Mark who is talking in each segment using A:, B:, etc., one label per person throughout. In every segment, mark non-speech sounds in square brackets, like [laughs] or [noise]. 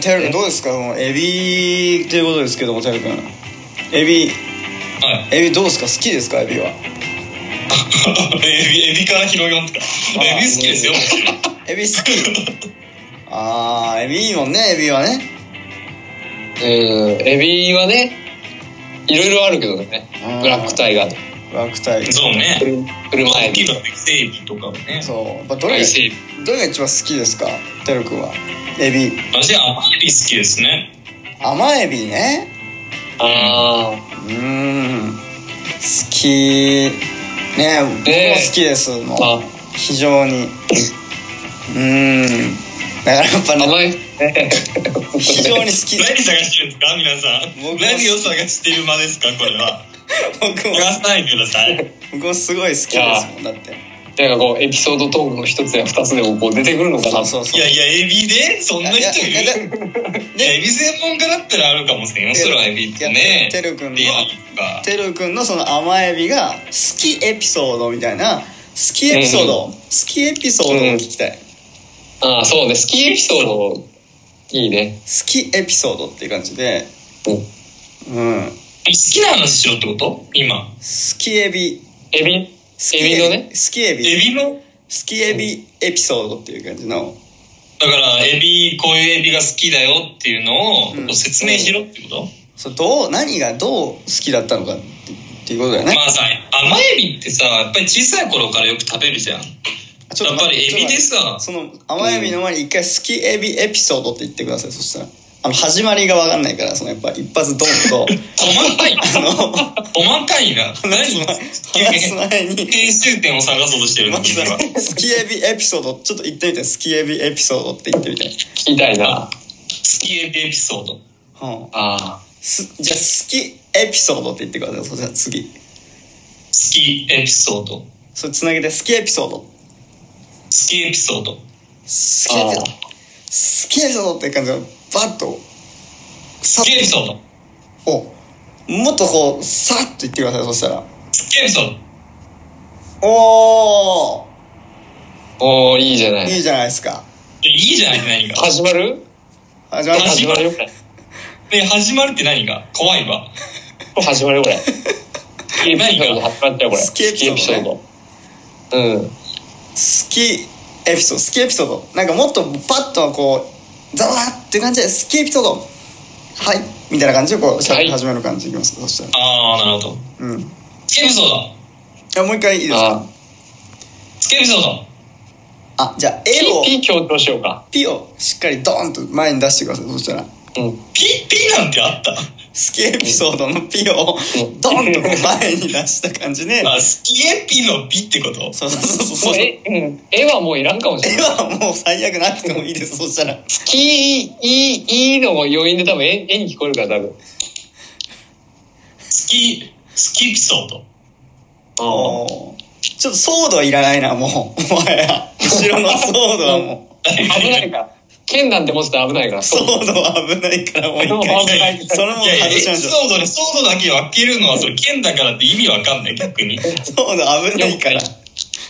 A: テル君どうですかもうエビということですけどもテル君エビ
B: はい。 [laughs]
A: エビどうですか好きですかエビは
B: エビ、エビから拾いよんとか。
A: あ
B: エビ好きですよ、もちろん。
A: エビ好
C: [laughs]
A: きあーエビいいもんねエビはね
C: うん、エビはね、いろいろあるけどね
A: うん。
C: ブラックタイガーとか、
A: ワクタイ
B: そうね。
C: 車エ
B: 大きい
C: ビ、
B: のはビセエビとかもね。
A: そうやっぱど
C: ア
A: れ
C: イ
A: が
C: セエビ。
A: どれが一番好きですかテル君はエビ
B: 私は甘エビ好きですね。
A: 甘エビね
C: あ
A: うーん好きね僕も
C: ねえ
A: 好きですも
C: ー、ま
A: う非常
C: [laughs]
A: にうーんだからやっぱ
C: あ、
A: ね
C: 甘い。
A: 非常に好
C: [laughs]
A: き
B: 何探してるんですか皆さ
A: 僕も
B: ん。何を探してる間ですかこれは。
A: 僕
B: 言
A: も
B: わないでください。
A: 僕もすごい好きですもんだって
C: なんかこう、エピソードトークの一つや二つでもこう出てくるのか
A: そ
C: な
A: う。そうそ
B: いうやいや、エビでそんな人いる
A: いやいやい
B: いやエビ専門家だったらあるかもしれんよ。そらエビってね。
A: テル君の
B: リアルが。
A: てるくんのその甘エビが好きエピソードみたいな好きエピソード、
C: う
A: 好きエピソードを聞きたい、好
C: ああ、そうね。好きエピソード、いいね。
A: きエピソードっていう感じで
C: うん
A: うん好
B: 好きな話しようってこと今。
A: きエビ
C: エビ
A: 好き
C: エビのね
A: 好きエビ
B: エ
A: 好
B: ビの
A: きエビエピソードっていう感じの
B: だから、エビ、こういうエビが好きだよっていうのを
A: うん
B: こう説明しろってこと、
A: そうどう何がどう好きだったのかってっていうことだよね、
B: まあさ、甘エビってさ、やっぱり小さい頃からよく食べるじゃん。やっ
A: ちょと
B: ぱ
A: 待
B: りエビで
A: ちょっと
B: さ
A: 待って、その甘エビの前に一回好きエビエピソードって言ってくださいそしたらあの始まりが分かんないからそのやっぱ一発ドン
B: [laughs]
A: と
B: 細かいな。
A: あの
B: 細かいな。
A: 話す
B: 何
A: 前話す前に
B: 編集点を探そうとしてる
A: ま
B: の、
A: ず
B: 君は。
A: スキエビエピソードちょっと言ってみてスキエビエピソードって言ってみて、
C: 聞きたいな。
B: 好きエビエピソード。
A: うん、
C: あ
A: すじゃあスキエピソードって言ってくださいそしたら次
B: 好きエピソード。好
A: それつなげてスキエピソード
B: きエピソード。
A: ス
C: あ。
A: キエ
C: あ
A: ピ
C: あ
A: ソードスキエピソードって感じでバッとさ
B: 好きエピソード。好
A: おもっとこうさっと言ってくださいそしたら
B: きエピソード。
A: おー
C: おー、いいじゃない
A: い
C: い。
A: じゃないですか
B: いいじゃないって何が。
C: 始まる
A: 始まりまし
C: 始まるよ。
B: で、始まるって何が怖いわ。
C: 始まるよ、これ。スキエピソード始まったよ、これ。
A: スキエピソード
C: スキエピソード。うん。
A: たスキエピソードスキエピソードなんかもっとパッとこうザワーって感じでスキエピソードはいみたいな感じでこうしゃべり始める感じでいきますそしたら
B: あー、なるほど。好
A: うん。い
B: きエピソード。
A: や、もう一回いいです
C: あ
A: か
C: ー
B: 好きエピソード。
A: あ、じゃあ、
C: ピ
A: A を、
C: ピ強調しようか。
A: P をしっかりドーンと前に出してください。そしたら、
C: うん。
B: ピッピーなんてあった
A: スキエピソードの P を
C: うん
A: ドーンとこう前に出した感じで、
B: [laughs] あ、スキエピのピってこと
A: そうそうそう
C: も
A: そうう。絵
C: え、うん。絵はもういらんかもしれない。 [laughs]
A: はもう最悪なくてもいいです。そしたら、
C: スキー、いい、いいのも余韻で多分絵絵に聞こえるから、多分。
B: スキ、スキエピソード。
C: あ
A: おーちょっとソードはいらないな、もう。お前は。後ろのソードはもう、
C: あ。危ないから。剣なんて持つと危ないから。
A: ソードは危ないからもう一
C: もう危な
A: 回、
C: い
A: それも
B: いやいや、エ
A: 外
B: ピ
A: しましょ
B: ソードでソードだけ分けるのは、それ、剣だからって意味わかんない、逆に。
A: う。ソード危ないから。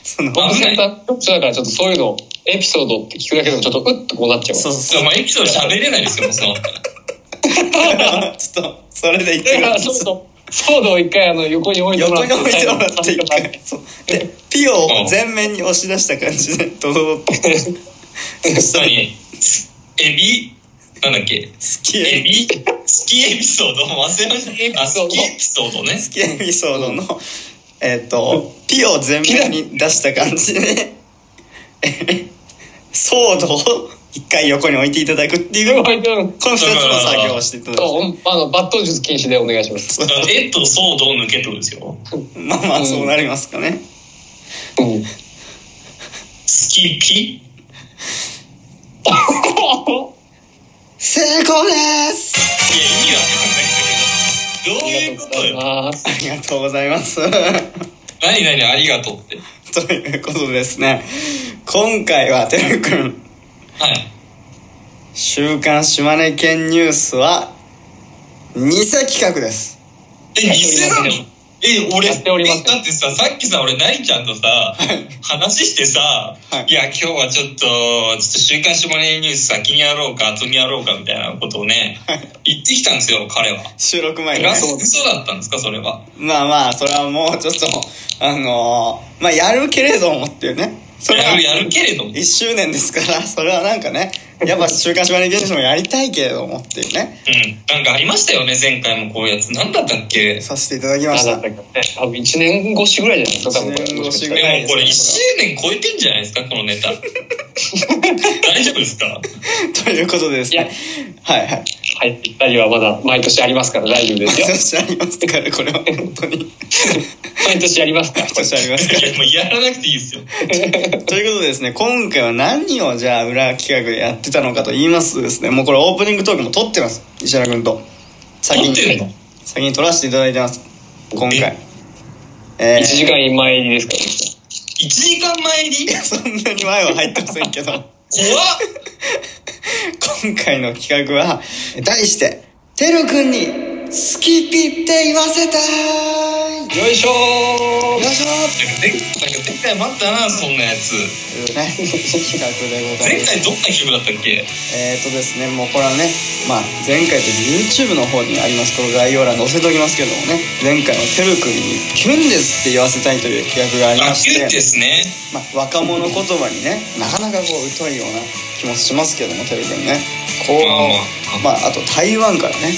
A: その、
C: まあ、センター特徴だから、ちょっとそういうの、エピソードって聞くだけでも、ちょっとうっとこうなっちゃう。
A: そうそう
B: で
A: そう
B: も、。まあエピソード喋れないですよ、もうその。
A: ちょっと、それで言っ
C: だ
A: て
C: か
A: く
C: ら、
A: だ
C: そう
A: さい。
C: そう。ソードを一回、あの、横に置いて
A: 横
C: もらっ
A: に
C: て。
A: 置いてもらって一回そうでピオを前面に押し出した感じでドドドってそしたら
B: 何エビ、なんだっけ
A: スキ
B: エ
A: エビ
B: ビ、スキエピソード忘れました。あ、スキエピソードね。
A: スキエピソードのえっ、とピオを前面に出した感じで [laughs] えソードを一回横に置いていただくっていうこ
C: 置いてもらう
A: の二つの作業をしていただく
C: そうあの、抜刀術禁止でお願いします。
B: だからエとソードを抜けってことですよ。
A: まあまあそうなりますかね
C: うん。
B: スキピ
A: 成功です
B: いや、意味わかんないんだけど。どういうことよ。
C: ます。
A: ありがとうございます [laughs]
B: 何何ありがとうって。
A: ということでですね今回はてるくん
B: はい。
A: 週刊島根県ニュースは偽企画です
B: え、偽なのえ、俺、
C: やっております
B: えだってさ、さっきさ、俺、ないちゃんとさ、話してさ、
A: はい
B: い、や、今日はちょっと、ちょっと週刊少年ニュース先にやろうか、後にやろうか、みたいなことをね、言ってきたんですよ、彼は。
A: 収録前に、ね
B: ラ、ス嘘だったんですか、それは。
A: まあまあそれはもうちょっとあのーまあやるけれどもっていうねそれは
B: やる、やるけれども。
A: 1周年ですからそれはなんかねやっぱ「週刊少年現象」もやりたいけれどもっていうね
B: うん。なんかありましたよね、前回もこういうやつ。なんだったっけ
A: させていただきま
C: な
A: し
C: んだ
A: た
C: ったっけね多分1年越しぐらいじゃないですか多分
A: 一年越しぐ
B: で
A: らい
B: もこれ1
A: です
B: 周年超えてんじゃないですか、このネタ。大丈夫ですか
A: ということでですねはいはい
C: 入ってったりはまだ毎年ありますから大丈夫ですよ
A: 毎年ありますからこれは本当に
C: 毎年やりますから
A: 毎年ありますか
B: いや、もうやらなくていいですよ。
A: らということでですね今回は何をじゃあ裏企画でやってたのかと言いますとですねもうこれオープニングトークも撮ってます石原君と先
B: 撮
A: に
B: ってんの
A: 先に撮らせていただいてます今回え
C: 1時間前にですからね
B: 1時間前入り
A: いや [laughs] そんなに前は入ってませんけど
B: 怖っ
A: 今回の企画は題して「てるくんに好きピって言わせたい」
C: よいし
A: よ
C: ょ
A: いしょ
B: [laughs] 前回もあったなそんなやつ
A: というね企画でござい
B: 前
A: ます
B: 回どっか企画だったっけ
A: えーとですねもうこれはね、まあ、前回という YouTube の方にありますこの概要欄載せておきますけどもね前回はてるくんに「キュンです」って言わせたいという企画がありま
B: あ
A: し
B: キュンで
A: て、
B: すね
A: まあ、若者言葉にねなかなかこう疎いような気もしますけどもてるくんねこうまああと台湾からね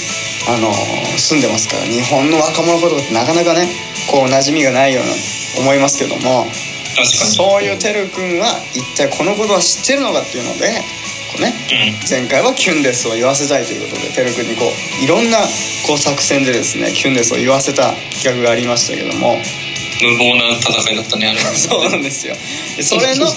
A: あのー住んでますから日本の若者言葉ってなかなかねこう馴染みがないような思いますけども
B: 確かに
A: そういうてるくんは一体この言葉知ってるのかっていうのでこうね
B: うん
A: 前回は「キュンです」を言わせたいということでてるくんにこういろんなこう作戦でですね「キュンです」を言わせた企画がありましたけども
B: 無謀な戦いだったねあれ
A: [laughs]
B: は
A: そうなんですよでそれの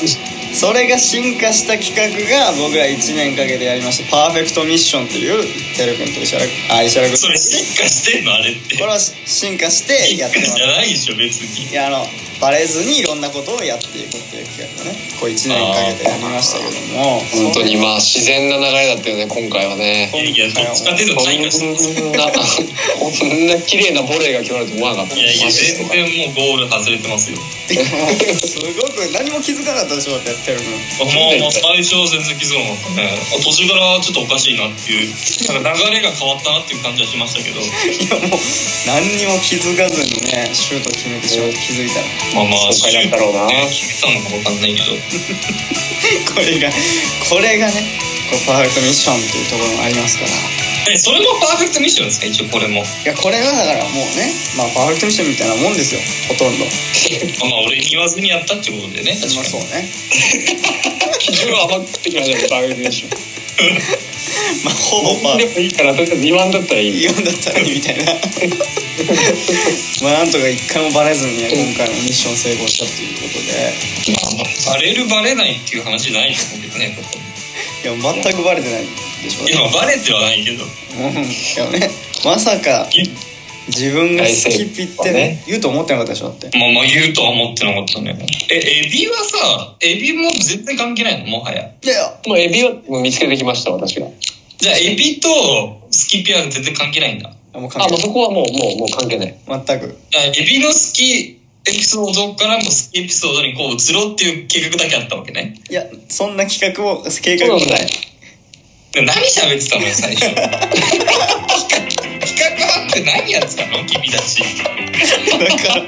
A: それが進化した企画が僕ら1年かけてやりました「パーフェクトミッション」というてるくんと石原あ石原君
B: それ進化してんのあれって
A: これは進化して
C: [laughs]
B: 進
A: やっ
B: 化
A: てます
B: じゃないでしょ別に
A: いやあのバレずにいろんなことをやっていくっていう企画をねこう1年かけてやりましたけども
C: 本当にまあ自然な流れだったよね今回はね
B: いやいやどっちかっていうと
C: そん
B: 進
C: な
B: 化して
C: そんな綺麗なボレーが決まると思わなかった
B: いやいや
C: マジで
B: 全然もうゴール外れてますよも
A: いやもうすごく何も気づかなかったでしょだってやってるの
B: うもう最初は全然気づかなかったねあ途中からちょっとおかしいなっていうなんか流れが変わったなっていう感じはしましたけど
A: いやもう何にも気づかずにねシュート決めてしまって気づいたら [laughs]
B: まあまあ
C: そうかなんだろうな
B: ね決めたのかわかんないけど
A: これがこれがねこうパーフェクトミッションっていうところもありますからい
B: えそれもパーフェクトミッションですか一応これも
A: やこれはだからもうねまあパーフェクトミッションみたいなもんですよほとんど
B: まあまあ俺に言わずにやったってことでね確
A: ま
B: か
A: あ
B: に
A: そうね
C: 基準は甘くってきましたねバウルでしょ
A: [laughs] まあほぼパー
C: でもいいからとりあえず2番だったらいい
A: イオンだったらいいみたいな [laughs] まあなんとか一回もバレずにね今回のミッション成功したっていうことで
B: バレるバレないっていう話じゃないと思うけどね
A: いや全くバレてないでしょ
B: 今バレてはないけど
A: うんいやねまさか
B: い
A: 自分が好きピって
C: 大成功
A: ね言うと思ってなかったでしょだって
B: まあまあ言うとは思ってなかったねえエビはさエビも全然関係ないのもはや
A: いやいや
C: もうエビを見つけてきました私が
B: じゃあエビとスキピアは全然関係ないんだあ
A: もう関
C: あも
A: 係
C: うそこはもうもうもう関係ない
A: ない全く
B: エビの好きエピソードからも好きエピソードにこう移ろうっていう計画だけあったわけね
A: いやそんな企画を計画
C: そ
A: も
C: うなん
A: な
C: だ
A: い
C: よ
B: で何喋ってたのよ最 [laughs] 初企画企画あって何やってたの君たち
A: だから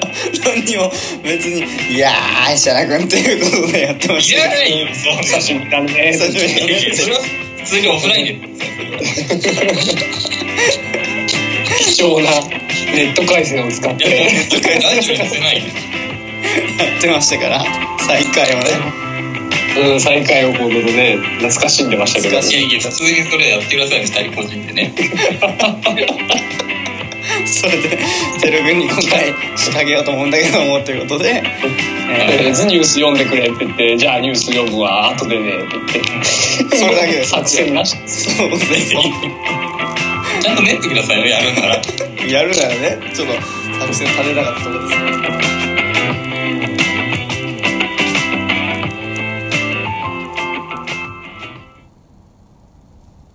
A: 何にも別に「いやー石原君」っていうことでやってま
B: い
A: した
B: らないよそんな
C: 久しぶりだね
A: 久しぶりだ
B: いやいやそれは普通にオフラインで
C: 貴重なネット回線を使
B: いやも
C: っ
B: う
C: て
B: 別にラジオやってないよ
A: やってましたから最下位はね
C: うん再会をこうね懐かしんでましたけ
A: 懐
C: ど
A: か
B: い
A: し
B: やいや普通にそれやってください2人個人でね
A: それでてる君に今回してあげようと思うんだけどもということで、え
C: えーニュース読んでくれって言ってじゃあニュース読むわ後でねって言って
A: それだけです
C: 作戦なし
A: ーそうですね
B: ちゃんと練ってくださいよやるなら
A: やるならねちょっと作戦立てなかったところです